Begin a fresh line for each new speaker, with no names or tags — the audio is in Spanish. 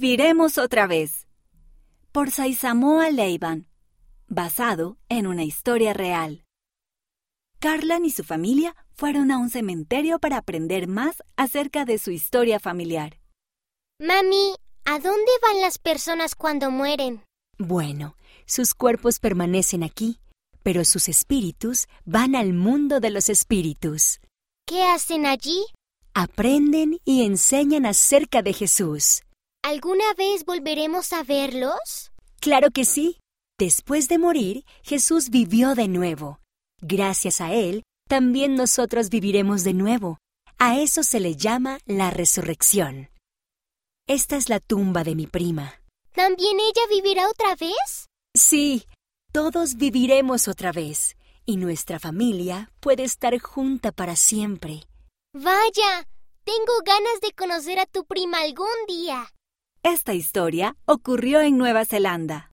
Viviremos otra vez. Por Saisamoa Leiban. Basado en una historia real. Carlan y su familia fueron a un cementerio para aprender más acerca de su historia familiar.
Mami, ¿a dónde van las personas cuando mueren?
Bueno, sus cuerpos permanecen aquí, pero sus espíritus van al mundo de los espíritus.
¿Qué hacen allí?
Aprenden y enseñan acerca de Jesús.
¿Alguna vez volveremos a verlos?
Claro que sí. Después de morir, Jesús vivió de nuevo. Gracias a Él, también nosotros viviremos de nuevo. A eso se le llama la resurrección. Esta es la tumba de mi prima.
¿También ella vivirá otra vez?
Sí, todos viviremos otra vez, y nuestra familia puede estar junta para siempre.
Vaya, tengo ganas de conocer a tu prima algún día.
Esta historia ocurrió en Nueva Zelanda.